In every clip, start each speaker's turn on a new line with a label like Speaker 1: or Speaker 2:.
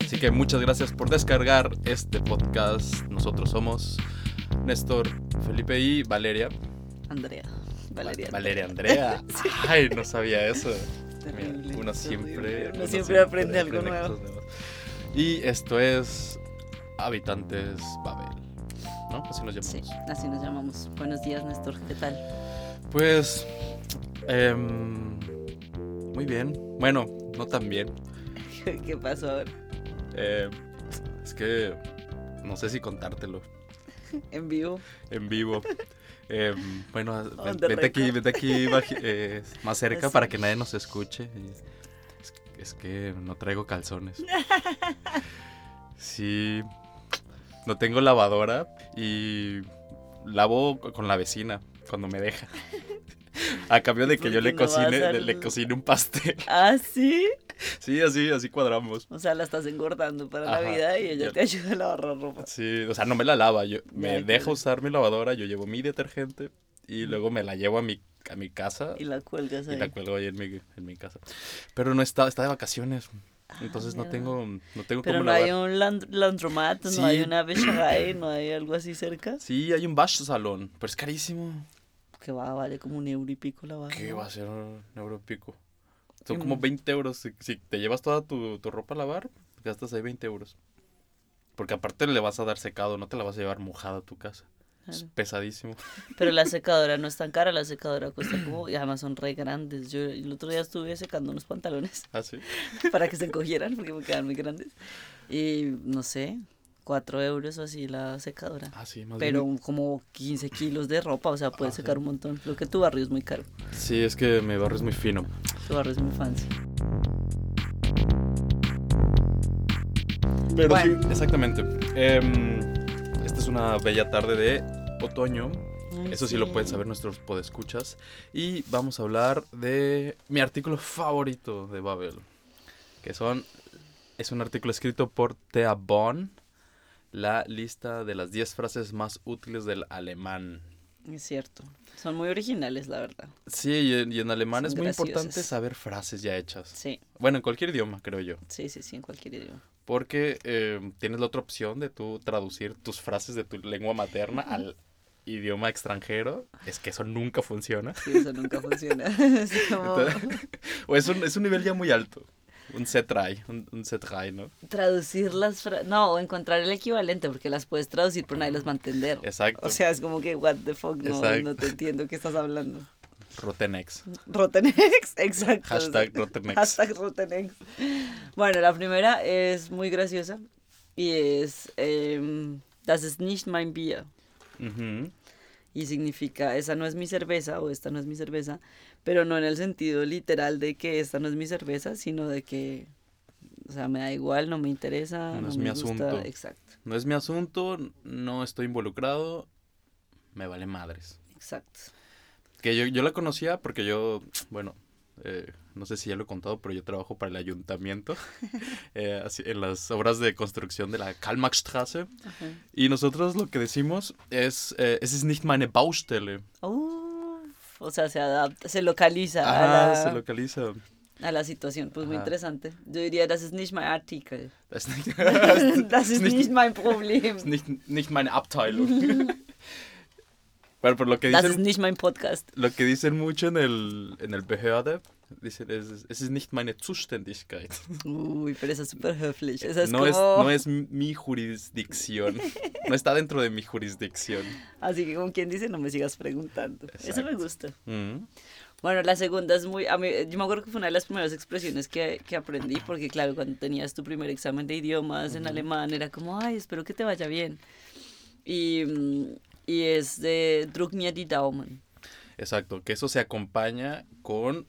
Speaker 1: Así que muchas gracias por descargar este podcast. Nosotros somos Néstor, Felipe y Valeria.
Speaker 2: Andrea. Valeria.
Speaker 1: Valeria Andrea. Ay, no sabía eso. Mira,
Speaker 2: Terrible,
Speaker 1: uno
Speaker 2: terrible.
Speaker 1: siempre,
Speaker 2: Uno siempre aprende algo
Speaker 1: aprende
Speaker 2: nuevo.
Speaker 1: cosas nuevas. Y esto es Habitantes Babel. ¿No? Así nos llamamos.
Speaker 2: Sí, así nos llamamos. Buenos días, Néstor. ¿Qué tal?
Speaker 1: Pues. em, muy bien. Bueno, no tan bien.
Speaker 2: ¿Qué pasó ahora?
Speaker 1: Eh, es que. No sé si contártelo
Speaker 2: En vivo.
Speaker 1: en vivo. Em, bueno, ven-
Speaker 2: On the
Speaker 1: vete aquí,
Speaker 2: record.
Speaker 1: vete aquí baji- eh, más cerca
Speaker 2: Así.
Speaker 1: para que nadie nos escuche. Y Es, es que no traigo calzones. Sí, no tengo lavadora y lavo con la vecina cuando me deja. A cambio de que yo le
Speaker 2: Porque no va a
Speaker 1: cocine,
Speaker 2: ser-
Speaker 1: le, le cocine un pastel.
Speaker 2: ¿Ah, sí?
Speaker 1: Sí, así, así cuadramos.
Speaker 2: O sea, la estás engordando para
Speaker 1: Ajá,
Speaker 2: la vida y ella
Speaker 1: ya.
Speaker 2: te ayuda a lavar la ropa.
Speaker 1: Sí, o sea, no me la lava, yo me
Speaker 2: Ya,
Speaker 1: deja
Speaker 2: claro.
Speaker 1: usar mi lavadora, yo llevo mi detergente y luego me la llevo a mi, a mi casa
Speaker 2: Y la cuelgas
Speaker 1: y
Speaker 2: ahí.
Speaker 1: la cuelgo ahí en mi, en mi casa. Pero no está, está de vacaciones, entonces no
Speaker 2: mierda.
Speaker 1: tengo, no tengo
Speaker 2: Ah, Pero
Speaker 1: cómo
Speaker 2: no
Speaker 1: lavar.
Speaker 2: hay un land- landromat,
Speaker 1: Sí.
Speaker 2: no hay una Becharay, no hay algo así cerca.
Speaker 1: Sí, hay un bash salón, pero es carísimo.
Speaker 2: Que va, vale como un euro y pico la barra.
Speaker 1: ¿Qué va a ser un euro y pico? Son
Speaker 2: Mm.
Speaker 1: como 20 euros. Si, si te llevas toda tu, tu ropa a lavar, gastas ahí 20 euros. Porque aparte le vas a dar secado, no te la vas a llevar mojada a tu casa. Es
Speaker 2: Claro.
Speaker 1: pesadísimo.
Speaker 2: Pero la secadora no es tan cara, la secadora cuesta como. Y además son re grandes. Yo el otro día estuve secando unos pantalones
Speaker 1: Así.
Speaker 2: para que se encogieran porque me quedan muy grandes. Y no sé, 4 euros o así la secadora.
Speaker 1: Ah, sí, más
Speaker 2: Pero
Speaker 1: bien.
Speaker 2: como 15 kilos de ropa, o sea, puedes
Speaker 1: Ah, sí.
Speaker 2: secar un montón. Creo que tu barrio es muy caro.
Speaker 1: Sí, es que mi barrio es muy fino.
Speaker 2: Tu barrio es muy fancy.
Speaker 1: Pero
Speaker 2: Bueno.
Speaker 1: sí, exactamente. Em, esta es una bella tarde de otoño. Eso sí lo pueden saber nuestros podescuchas. Y vamos a hablar de mi artículo favorito de Babel. Que son. Es un artículo escrito por Thea Bonn. La lista de las 10 frases más útiles del alemán.
Speaker 2: Es cierto. Son muy originales, la verdad.
Speaker 1: Sí, y en, y en alemán
Speaker 2: Son
Speaker 1: es muy importante
Speaker 2: graciosas.
Speaker 1: saber frases ya hechas.
Speaker 2: Sí,
Speaker 1: Bueno, en cualquier idioma, creo yo.
Speaker 2: sí, sí, sí, en cualquier idioma.
Speaker 1: Porque eh, tienes la otra opción de tú traducir tus frases de tu lengua materna al idioma extranjero. Es que eso nunca funciona.
Speaker 2: Sí, eso nunca funciona. Es como
Speaker 1: Entonces, o es un, es un nivel ya muy alto. Un setray, un, un setray, ¿no?
Speaker 2: traducir las frases. No, o encontrar el equivalente, porque las puedes traducir, pero nadie las va a entender.
Speaker 1: Exacto.
Speaker 2: O sea, es como que, what the fuck, no,
Speaker 1: Exacto.
Speaker 2: no te entiendo qué estás hablando.
Speaker 1: Rotenex.
Speaker 2: Rotenex, exacto.
Speaker 1: Hashtag
Speaker 2: exacto.
Speaker 1: Rotenex.
Speaker 2: Hashtag Rotenex. Bueno, la primera es muy graciosa y es em, Das ist nicht mein Bier.
Speaker 1: Ujú.
Speaker 2: Y significa, esa no es mi cerveza o esta no es mi cerveza, pero no en el sentido literal de que esta no es mi cerveza, sino de que, o sea, me da igual, no me interesa.
Speaker 1: No
Speaker 2: No,
Speaker 1: es
Speaker 2: me
Speaker 1: mi
Speaker 2: gusta,
Speaker 1: asunto.
Speaker 2: Exacto,
Speaker 1: No es mi asunto, no estoy involucrado, me vale madres.
Speaker 2: exacto.
Speaker 1: Que yo, yo la conocía porque yo, bueno, eh, no sé si ya lo he contado, pero yo trabajo para el ayuntamiento eh, así- en las obras de construcción de la Kalmachstraße.
Speaker 2: Ajá.
Speaker 1: Y nosotros lo que decimos es, eh, es nicht meine Baustelle.
Speaker 2: Uf, o sea, se adapta, se localiza a,
Speaker 1: Ajá,
Speaker 2: Ah, la,
Speaker 1: se localiza.
Speaker 2: a la situación. Pues muy
Speaker 1: Ajá.
Speaker 2: interesante. Yo diría, das ist nicht mein Artikel.
Speaker 1: Es nicht-
Speaker 2: das
Speaker 1: es
Speaker 2: ist
Speaker 1: nicht-
Speaker 2: nicht mein Problem.
Speaker 1: Es nicht, nicht meine Abteilung. bueno, por lo que
Speaker 2: Das ist
Speaker 1: dicen,
Speaker 2: nicht mein Podcast.
Speaker 1: lo que dicen mucho en el, en el Behörde, dicen, es, es- es ist nicht meine Zuständigkeit.
Speaker 2: Uy, pero esa es súper höflich. Esa es
Speaker 1: no,
Speaker 2: como...
Speaker 1: es, no es mi jurisdicción. No está dentro de mi jurisdicción.
Speaker 2: Así que con quien dice, no me sigas preguntando. Eso me
Speaker 1: Exacto.
Speaker 2: gusta.
Speaker 1: Mm.
Speaker 2: Bueno, la segunda es muy... A mí, yo me acuerdo que fue una de las primeras expresiones que, que aprendí, porque claro, cuando tenías tu primer examen de idiomas en alemán, era como, ay, espero que te vaya bien. Y, mm, y es de Druck mir die Daumen.
Speaker 1: Exacto, que eso se acompaña con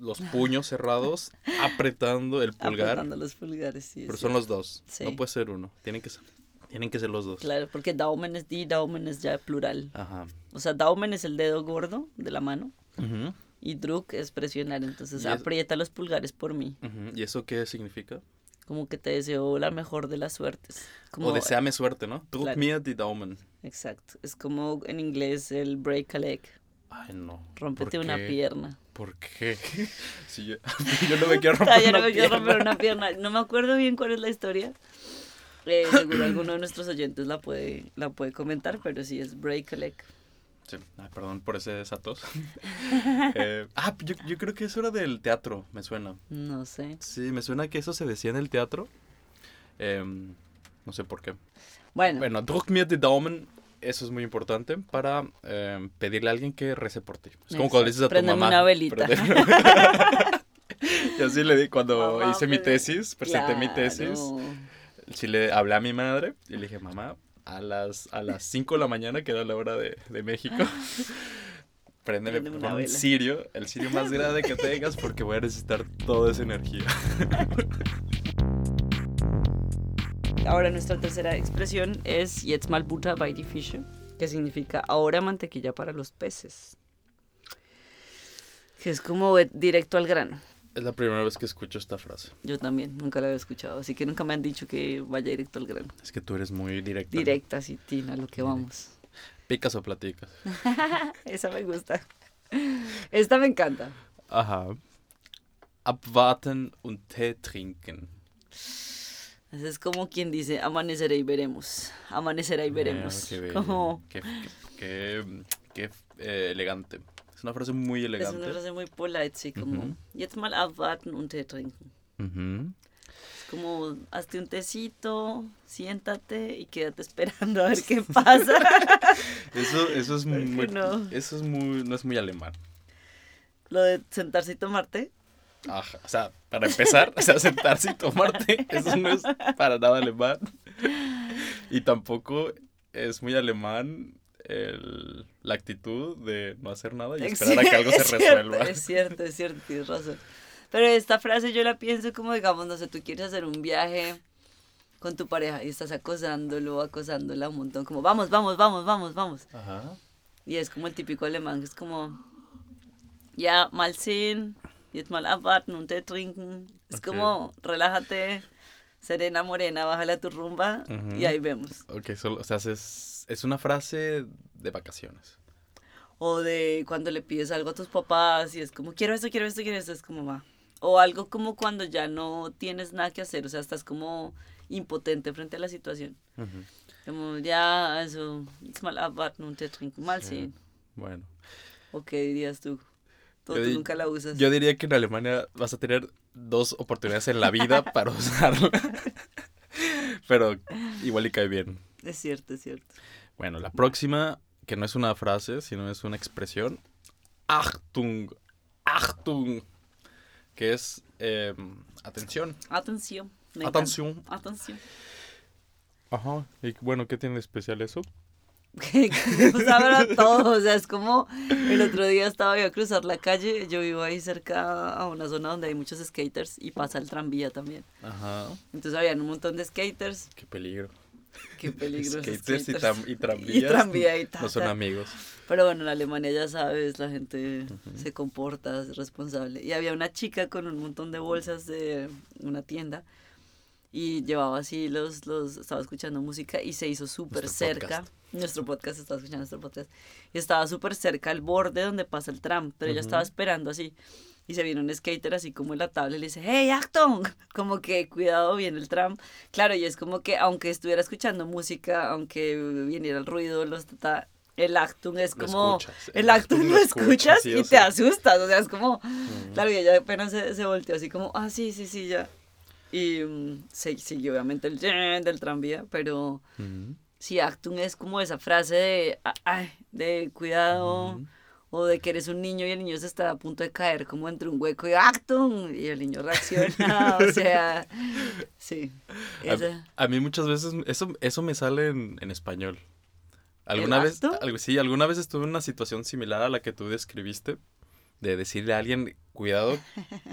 Speaker 1: los puños cerrados, apretando el pulgar.
Speaker 2: Apretando los pulgares, sí.
Speaker 1: Pero
Speaker 2: sí.
Speaker 1: son los dos.
Speaker 2: Sí.
Speaker 1: No puede ser uno. Tienen que ser, tienen que ser los dos.
Speaker 2: Claro, porque Daumen es die, Daumen es ya plural.
Speaker 1: Ajá.
Speaker 2: O sea, Daumen es el dedo gordo de la mano
Speaker 1: Ujú,
Speaker 2: y Druck es presionar. Entonces,
Speaker 1: Y es-
Speaker 2: aprieta los pulgares por mí.
Speaker 1: ujú. ¿Y eso qué significa?
Speaker 2: Como que te deseo la mejor de las suertes. Como,
Speaker 1: O deseame suerte, ¿no? Druck
Speaker 2: Claro.
Speaker 1: mir die Daumen.
Speaker 2: Exacto. Es como en inglés el break a leg.
Speaker 1: Ay, no.
Speaker 2: Rómpete
Speaker 1: ¿Por
Speaker 2: una
Speaker 1: qué?
Speaker 2: pierna.
Speaker 1: ¿Por qué? Si yo, yo no me quiero
Speaker 2: Ah,
Speaker 1: romper
Speaker 2: ya no
Speaker 1: una
Speaker 2: me quiero
Speaker 1: pierna.
Speaker 2: romper una pierna. No me acuerdo bien cuál es la historia. Eh, seguro alguno de nuestros oyentes la puede, la puede comentar, pero sí es break a leg.
Speaker 1: Sí, ay, perdón por ese esa tos. Eh, ah, yo, yo creo que eso era del teatro, me suena.
Speaker 2: No sé.
Speaker 1: Sí, me suena que eso se decía en el teatro. Em, no sé por qué.
Speaker 2: Bueno,
Speaker 1: Bueno, druk mir die Daumen, eso es muy importante para em, pedirle a alguien que rece por ti. Es como cuando le dices a tu
Speaker 2: Préndeme
Speaker 1: mamá.
Speaker 2: una velita.
Speaker 1: "Préndeme". y así le di cuando
Speaker 2: Mamá,
Speaker 1: hice mi
Speaker 2: préndeme.
Speaker 1: tesis, presenté mi tesis.
Speaker 2: claro.
Speaker 1: Sí le hablé a mi madre y le dije, mamá, a las, a las 5 de la mañana, que era la hora de, de México, préndeme
Speaker 2: Préndeme
Speaker 1: por
Speaker 2: una
Speaker 1: favor, un
Speaker 2: vela.
Speaker 1: sirio, el sirio más grande que tengas, porque voy a necesitar toda esa energía.
Speaker 2: Ahora nuestra tercera expresión es Jetzt mal Butter bei die Fische, que significa ahora mantequilla para los peces. Que es como eh, directo al grano.
Speaker 1: Es la primera vez que escucho esta frase.
Speaker 2: Yo también, nunca la había escuchado, así que nunca me han dicho que vaya directo al grano.
Speaker 1: Es que tú eres muy directa.
Speaker 2: Directa, así, Tina, a lo que vamos.
Speaker 1: Picas o platicas.
Speaker 2: Esa me gusta. Esta me encanta.
Speaker 1: Ajá. Abwarten und Tee trinken.
Speaker 2: Es como quien dice, amanecerá y veremos. Amanecerá y veremos.
Speaker 1: Ah, qué bello.
Speaker 2: como,
Speaker 1: Qué, qué- qué, eh, elegante. Es una frase muy
Speaker 2: es
Speaker 1: elegante.
Speaker 2: una frase muy polite, sí, como,
Speaker 1: Ujú.
Speaker 2: jetzt mal abwarten und Tee trinken.
Speaker 1: Ujú.
Speaker 2: como hazte un tecito, siéntate y quédate esperando a ver qué pasa.
Speaker 1: Eso, eso es
Speaker 2: ¿Por qué
Speaker 1: muy,
Speaker 2: no?
Speaker 1: eso es muy, no es muy alemán.
Speaker 2: Lo de sentarse y tomarte.
Speaker 1: Ajá, o sea, para empezar, o sea, sentarse y tomarte, eso no es para nada alemán. Y tampoco es muy alemán el- la actitud de no hacer nada y esperar a que algo
Speaker 2: Es
Speaker 1: se
Speaker 2: cierto,
Speaker 1: resuelva.
Speaker 2: Es cierto, es cierto, tienes razón. Pero esta frase yo la pienso como, digamos, no sé, tú quieres hacer un viaje con tu pareja y estás acosándolo, acosándola un montón, como vamos, vamos, vamos, vamos, vamos.
Speaker 1: Ajá.
Speaker 2: Y es como el típico alemán, que es como, ya, mal sehen, jetzt mal abwarten, un té trinken. Es
Speaker 1: Ok.
Speaker 2: como, relájate, serena morena, bájale a tu rumba
Speaker 1: Ujú.
Speaker 2: y ahí vemos.
Speaker 1: Ok, solo, o sea, es, es una frase de vacaciones.
Speaker 2: O de cuando le pides algo a tus papás y es como, quiero esto, quiero esto, quiero esto, es como, va. O algo como cuando ya no tienes nada que hacer, o sea, estás como impotente frente a la situación. Como, ya, eso, jetzt mal abwarten, un té trinken, mal
Speaker 1: Sí.
Speaker 2: sehen.
Speaker 1: Eh, Bueno.
Speaker 2: ¿O qué dirías tú? Tú,
Speaker 1: Yo
Speaker 2: tú
Speaker 1: di-
Speaker 2: nunca la usas.
Speaker 1: Yo diría que en Alemania vas a tener dos oportunidades en la vida para usarla. Pero igual y cae bien.
Speaker 2: Es cierto, es cierto.
Speaker 1: Bueno, la próxima, que no es una frase, sino es una expresión. Achtung, Achtung, que es eh, atención.
Speaker 2: Atención. me encanta.
Speaker 1: Atención.
Speaker 2: Atención.
Speaker 1: Ajá. Y bueno, ¿qué tiene de especial eso?
Speaker 2: Que sabrá todo, o sea, es como el otro día estaba yo a cruzar la calle, yo vivo ahí cerca a una zona donde hay muchos skaters y pasa el tranvía también.
Speaker 1: Ajá.
Speaker 2: Entonces habían un montón de skaters,
Speaker 1: Qué peligro.
Speaker 2: qué peligroso.
Speaker 1: Skaters y, tam- y tranvías.
Speaker 2: Y tranvía y ta,
Speaker 1: No son
Speaker 2: ta.
Speaker 1: amigos.
Speaker 2: Pero bueno, en Alemania ya sabes, la gente se comporta, es responsable. Y había una chica con un montón de bolsas de una tienda y llevaba así los, los estaba escuchando música y se hizo súper
Speaker 1: Nuestro
Speaker 2: cerca.
Speaker 1: podcast.
Speaker 2: Nuestro podcast, estaba escuchando nuestro podcast. Y estaba súper cerca al borde donde pasa el tram, pero ella
Speaker 1: Ujú.
Speaker 2: estaba esperando así. Y se viene un skater así como en la tabla y le dice, hey, Acton, como que cuidado, viene el tram. Claro, y es como que aunque estuviera escuchando música, aunque viniera el ruido, los tata, el Acton es
Speaker 1: Lo
Speaker 2: como,
Speaker 1: escuchas,
Speaker 2: el Acton lo escuchas
Speaker 1: sí
Speaker 2: y
Speaker 1: o sí.
Speaker 2: te asustas, o sea, es como, claro, y ella apenas se, se volteó así como, ah, sí, sí, sí, ya. Y mm, se siguió obviamente el yen del tranvía, pero
Speaker 1: Ujú.
Speaker 2: sí, Acton es como esa frase de, "Ah, ay, de cuidado,
Speaker 1: Ujú.
Speaker 2: o de que eres un niño y el niño se está a punto de caer como entre un hueco y ¡Actum! Y el niño reacciona, o sea, sí. Esa-
Speaker 1: A, a mí muchas veces eso, eso me sale en, en español. ¿Alguna
Speaker 2: ¿El
Speaker 1: vez,
Speaker 2: acto?
Speaker 1: algo- sí, alguna vez estuve en una situación similar a la que tú describiste, de decirle a alguien, cuidado,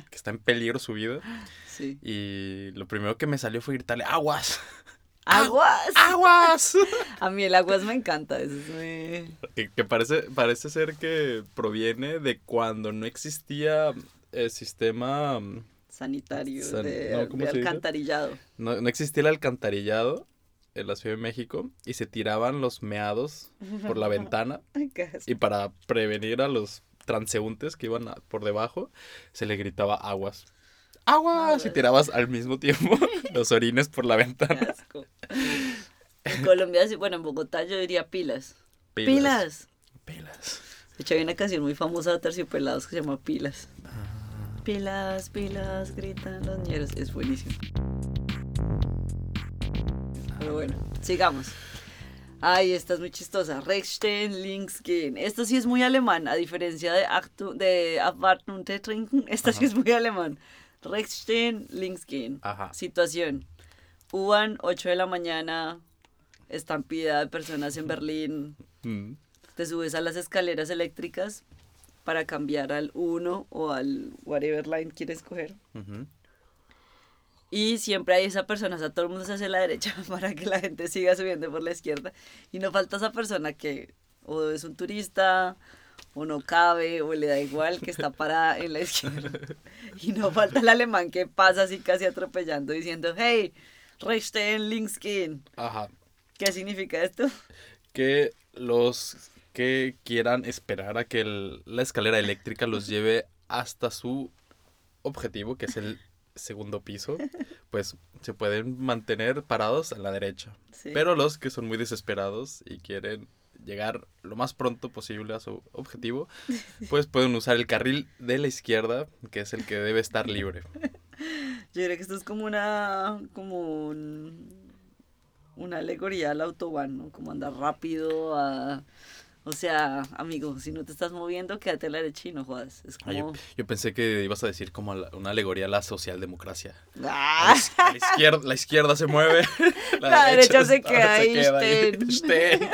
Speaker 1: que está en peligro su vida,
Speaker 2: sí.
Speaker 1: y lo primero que me salió fue gritarle, aguas, Ah.
Speaker 2: ¡Aguas!
Speaker 1: aguas.
Speaker 2: A mí el aguas me encanta, eso es muy...
Speaker 1: que que parece, parece ser que proviene de cuando no existía el sistema, mm,
Speaker 2: sanitario,
Speaker 1: San-
Speaker 2: de,
Speaker 1: no, ¿cómo
Speaker 2: de
Speaker 1: se dice?
Speaker 2: alcantarillado.
Speaker 1: no, no existía el alcantarillado, en la Ciudad de México y se tiraban los meados por la ventana
Speaker 2: Qué asco.
Speaker 1: y para prevenir a los transeúntes que iban a- por debajo, se le gritaba aguas. ¡Aguas! Y
Speaker 2: Aguas.
Speaker 1: tirabas al mismo tiempo los orines por la
Speaker 2: Qué
Speaker 1: ventana.
Speaker 2: asco. En Colombia, sí, bueno, en Bogotá yo diría pilas.
Speaker 1: Pilas.
Speaker 2: Pilas.
Speaker 1: Pilas.
Speaker 2: De hecho, hay una canción muy famosa de Terciopelados que se llama Pilas. Pilas, pilas, gritan los ñeros. Es buenísimo. Pero bueno, sigamos. Ay, esta es muy chistosa. Rechten, Linkskin. Esto sí es muy alemán, a diferencia de, Achtu, de Abwarten und Trinken. Esta sí es muy alemán. Rechten, Linkskin.
Speaker 1: Ajá.
Speaker 2: Situación. U-Bahn, 8 de la mañana. Estampida de personas en Berlín
Speaker 1: Mm.
Speaker 2: te subes a las escaleras eléctricas para cambiar al 1 o al whatever line quieres coger.
Speaker 1: Ujú.
Speaker 2: Y siempre hay esa persona, o sea, todo el mundo se hace a la derecha para que la gente siga subiendo por la izquierda. Y no falta esa persona que o es un turista, o no cabe, o le da igual, que está parada en la izquierda. Y no falta el alemán que pasa así casi atropellando diciendo, hey, Rechten Linkskin.
Speaker 1: Ajá.
Speaker 2: ¿Qué significa esto?
Speaker 1: que los que quieran esperar a que el- la escalera eléctrica los lleve hasta su objetivo, que es el segundo piso, pues se pueden mantener parados a la derecha.
Speaker 2: Sí.
Speaker 1: Pero los que son muy desesperados y quieren llegar lo más pronto posible a su objetivo, pues pueden usar el carril de la izquierda, que es el que debe estar libre.
Speaker 2: Yo creo que esto es como una, como un- una alegoría al autobahn, ¿no? Como andar rápido a... O sea, amigo, si no te estás moviendo, quédate a la derecha y no jodas. Es
Speaker 1: Ah, yo,
Speaker 2: como...
Speaker 1: yo pensé que ibas a decir como la- una alegoría a la socialdemocracia. A
Speaker 2: ¡Ah!
Speaker 1: la, iz- a la izquierda, la izquierda se mueve. La,
Speaker 2: La derecha se
Speaker 1: está-
Speaker 2: queda ahí, Einstein.
Speaker 1: Einstein.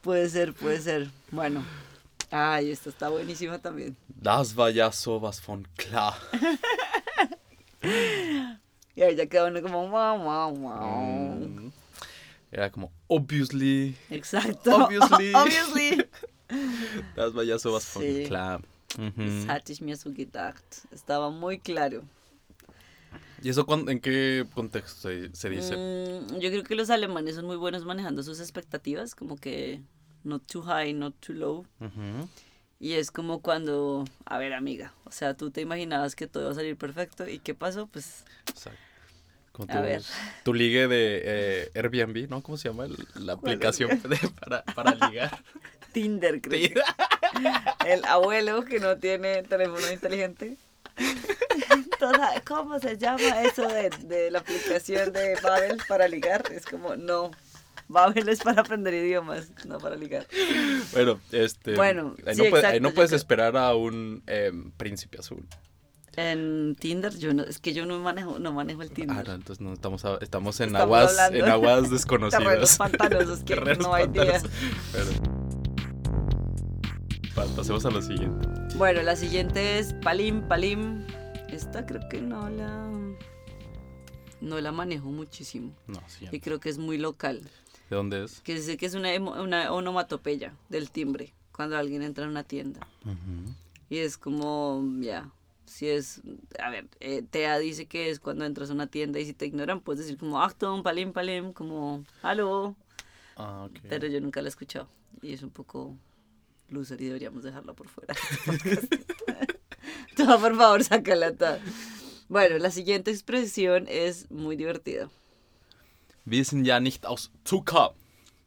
Speaker 2: Puede ser, puede ser. Bueno. Ay, esta está buenísima también.
Speaker 1: Das war ja sowas von klar.
Speaker 2: Y ahí ya queda uno como... guau, guau, guau.
Speaker 1: Mm. Era como, obviously,
Speaker 2: Exacto.
Speaker 1: Obviously.
Speaker 2: Obviously.
Speaker 1: das war ja sowas von
Speaker 2: Sí.
Speaker 1: klar.
Speaker 2: Das
Speaker 1: Ujú.
Speaker 2: hatte ich mir so gedacht. Estaba muy claro.
Speaker 1: ¿Y eso cuán- en qué contexto se se dice?
Speaker 2: Mm, yo creo que los alemanes son muy buenos manejando sus expectativas, como que not too high, not too low.
Speaker 1: Ujú.
Speaker 2: Y es como cuando, a ver amiga, o sea, tú te imaginabas que todo iba a salir perfecto y ¿qué pasó? Pues
Speaker 1: O sea, como
Speaker 2: A ver.
Speaker 1: tu, tu ligue de eh, Airbnb, ¿no? ¿Cómo se llama el- la
Speaker 2: ¿Cuál
Speaker 1: aplicación de- para, para ligar?
Speaker 2: Tinder, creo. que- El abuelo que no tiene teléfono inteligente. Entonces, ¿cómo se llama eso de, de la aplicación de Babel para ligar? Es como, no, Babel es para aprender idiomas, no para ligar.
Speaker 1: Bueno, este.
Speaker 2: Bueno,
Speaker 1: ahí
Speaker 2: sí,
Speaker 1: no, puede- ahí
Speaker 2: exacto,
Speaker 1: no
Speaker 2: yo
Speaker 1: puedes
Speaker 2: creo-
Speaker 1: esperar a un em, príncipe azul.
Speaker 2: En Tinder, yo no, es que yo no manejo, no manejo el Tinder.
Speaker 1: Ah, no, entonces no, estamos, a- estamos en
Speaker 2: Estamos
Speaker 1: aguas,
Speaker 2: hablando
Speaker 1: en
Speaker 2: de
Speaker 1: aguas desconocidas.
Speaker 2: terrenos pantanosos que no hay
Speaker 1: pantanos.
Speaker 2: día.
Speaker 1: Pero- Pa- pasemos a lo siguiente.
Speaker 2: Bueno, la siguiente es Palim, Palim. Esta creo que no la. No la manejo muchísimo.
Speaker 1: No,
Speaker 2: Y
Speaker 1: siguiente.
Speaker 2: creo que es muy local.
Speaker 1: ¿De dónde es?
Speaker 2: Que dice que es una, emo- una onomatopeya del timbre cuando alguien entra en una tienda. Y es como, ya. Si es. A ver, eh, TEA dice que es cuando entras a una tienda y si te ignoran, puedes decir como Acton, Palim, Palim, como Aló.
Speaker 1: Ah, ok.
Speaker 2: Pero yo nunca la he escuchado. Y es un poco loser y deberíamos dejarla por fuera. Toma, por favor, sácala. ta. Bueno, la siguiente expresión es muy divertida.
Speaker 1: Wir sind ja nicht aus Zucker.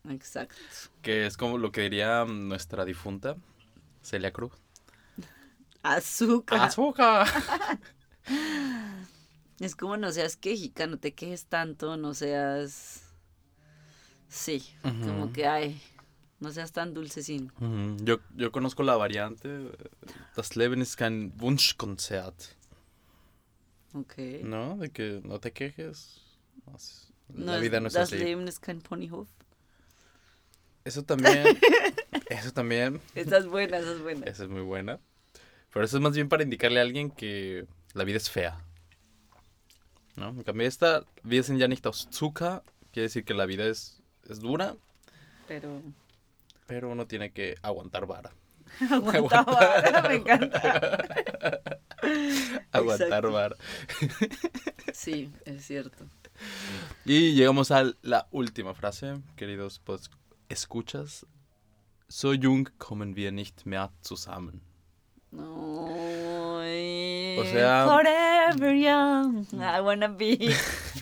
Speaker 2: Exacto.
Speaker 1: Que es como lo que diría mm, nuestra difunta, Celia Cruz.
Speaker 2: Azúcar.
Speaker 1: ¡Azúcar!
Speaker 2: es como no seas quejica, no te quejes tanto, no seas. Sí, como que ay, no seas tan dulcecino.
Speaker 1: Ujú, Yo, yo conozco la variante. eh, Das Leben ist kein Wunschkonzert.
Speaker 2: Ok.
Speaker 1: ¿No? De que no te quejes. no, es-
Speaker 2: No
Speaker 1: la
Speaker 2: es-
Speaker 1: vida no es
Speaker 2: das
Speaker 1: así.
Speaker 2: Leben ist kein Ponyhof.
Speaker 1: Eso también. eso también.
Speaker 2: Esa es buena, esa es buena.
Speaker 1: Esa es muy buena. Pero eso es más bien para indicarle a alguien que la vida es fea. ¿No? En cambio, esta, wir sind ja nicht aus Zucker, quiere decir que la vida es, es dura,
Speaker 2: Pero.
Speaker 1: pero uno tiene que aguantar vara.
Speaker 2: Aguanta vara, me encanta.
Speaker 1: Aguantar
Speaker 2: Exacto.
Speaker 1: vara.
Speaker 2: Sí, es cierto.
Speaker 1: Y llegamos a la última frase, queridos pues, escuchas. So jung kommen wir nicht mehr zusammen.
Speaker 2: No, eh,
Speaker 1: O sea-
Speaker 2: forever young. I wanna be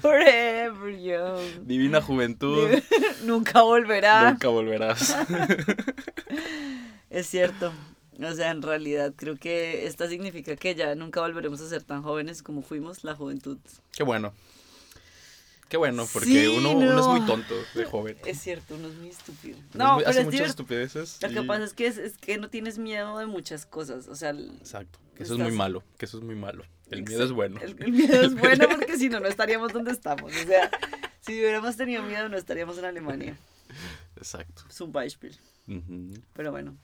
Speaker 2: forever young.
Speaker 1: Divina juventud,
Speaker 2: Nunca volverá.
Speaker 1: nunca volverás.
Speaker 2: Es cierto. O sea, en realidad creo que esta significa que ya nunca volveremos a ser tan jóvenes como fuimos la juventud.
Speaker 1: Qué bueno. Qué bueno, porque
Speaker 2: Sí,
Speaker 1: uno, uno es
Speaker 2: no.
Speaker 1: muy tonto de joven.
Speaker 2: Es cierto, uno es muy estúpido.
Speaker 1: Uno es
Speaker 2: No,
Speaker 1: muy-
Speaker 2: pero
Speaker 1: hace
Speaker 2: es
Speaker 1: muchas
Speaker 2: divertido.
Speaker 1: estupideces.
Speaker 2: Lo que
Speaker 1: y-
Speaker 2: pasa es que, es, es que no tienes miedo de muchas cosas. O sea, el,
Speaker 1: Exacto, que eso es muy
Speaker 2: Estás-
Speaker 1: malo, que eso es muy malo. El miedo es bueno.
Speaker 2: el- el miedo es bueno porque si no, no estaríamos donde estamos. O sea, si hubiéramos tenido miedo, no estaríamos en Alemania.
Speaker 1: Exacto.
Speaker 2: Zum Beispiel.
Speaker 1: Ujú.
Speaker 2: Pero bueno.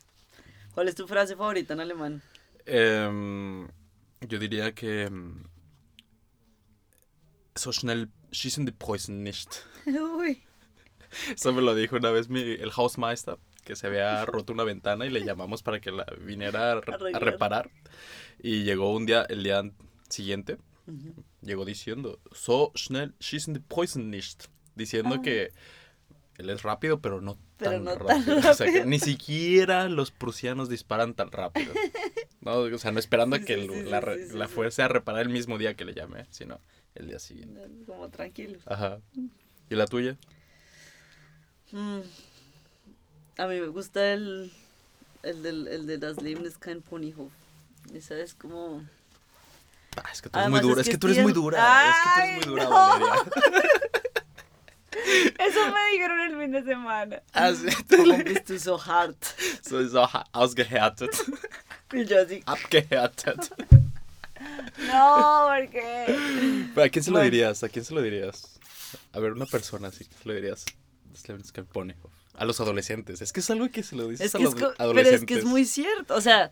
Speaker 2: ¿Cuál es tu frase favorita en alemán?
Speaker 1: Em, yo diría que... mm, em, So schnell schießen die Preußen nicht.
Speaker 2: Uy.
Speaker 1: Eso me lo dijo una vez mi, el Hausmeister, que se había roto una ventana y le llamamos para que la viniera a, re- a
Speaker 2: Arreglar.
Speaker 1: reparar. Y llegó un día, el día siguiente, llegó diciendo, so schnell schießen die Preußen nicht, diciendo que él es rápido, pero no
Speaker 2: Ah.
Speaker 1: tan
Speaker 2: Pero no
Speaker 1: rápido.
Speaker 2: tan
Speaker 1: O sea, que ni siquiera los prusianos disparan tan rápido. No, o sea, no esperando a
Speaker 2: Sí,
Speaker 1: que
Speaker 2: sí, sí,
Speaker 1: la,
Speaker 2: sí,
Speaker 1: re-
Speaker 2: sí,
Speaker 1: la
Speaker 2: sí.
Speaker 1: fuerza a reparar el mismo día que le llamé, sino el día siguiente.
Speaker 2: Como tranquilo.
Speaker 1: Ajá. ¿Y la tuya?
Speaker 2: Mm. A mí me gusta el, el, del, el de Das Leben ist kein Ponyhof. Esa es como...
Speaker 1: Ah, es que tú eres
Speaker 2: Además,
Speaker 1: muy dura,
Speaker 2: es
Speaker 1: es
Speaker 2: que
Speaker 1: que tú
Speaker 2: es
Speaker 1: eres muy
Speaker 2: tier-
Speaker 1: dura, es que tú eres muy
Speaker 2: ¡Ay,
Speaker 1: dura,
Speaker 2: no!
Speaker 1: Valeria.
Speaker 2: Eso me dijeron el fin de semana.
Speaker 1: Ah, sí, tú
Speaker 2: Como
Speaker 1: le-
Speaker 2: bist du so hart?
Speaker 1: Soy so ha- ausgehärtet,
Speaker 2: Y yo así,
Speaker 1: abgehärtet.
Speaker 2: no, porque...
Speaker 1: ¿A quién se lo
Speaker 2: Bueno.
Speaker 1: dirías? ¿A quién se lo dirías? A ver, una persona así, ¿qué le dirías? Es la única que pone. A los adolescentes. Es que es algo que se lo dices
Speaker 2: Es
Speaker 1: a
Speaker 2: que
Speaker 1: los
Speaker 2: es co- pero
Speaker 1: adolescentes.
Speaker 2: es que es muy cierto, o sea...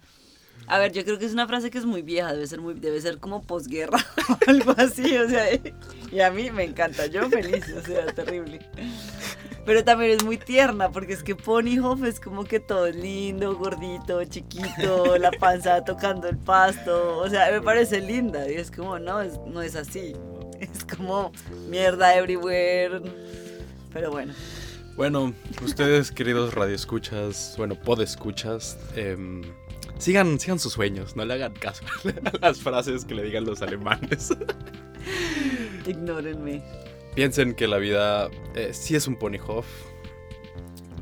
Speaker 2: A ver, yo creo que es una frase que es muy vieja, debe ser muy, debe ser como posguerra o algo así, o sea, y a mí me encanta, yo feliz, o sea, terrible. Pero también es muy tierna, porque es que Ponyhof es como que todo es lindo, gordito, chiquito, la panza tocando el pasto, o sea, me parece linda, y es como, no, es, no es así, es como mierda everywhere, pero bueno,
Speaker 1: Bueno, ustedes, queridos radioescuchas, bueno, podescuchas, em, sigan, sigan sus sueños, no le hagan caso a las frases que le digan los alemanes.
Speaker 2: ignórenme.
Speaker 1: Piensen que la vida eh, sí es un ponyhof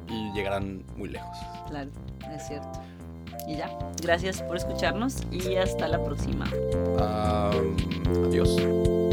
Speaker 1: y llegarán muy lejos.
Speaker 2: Claro, es cierto. Y ya, gracias por escucharnos y hasta la próxima.
Speaker 1: Ah, adiós.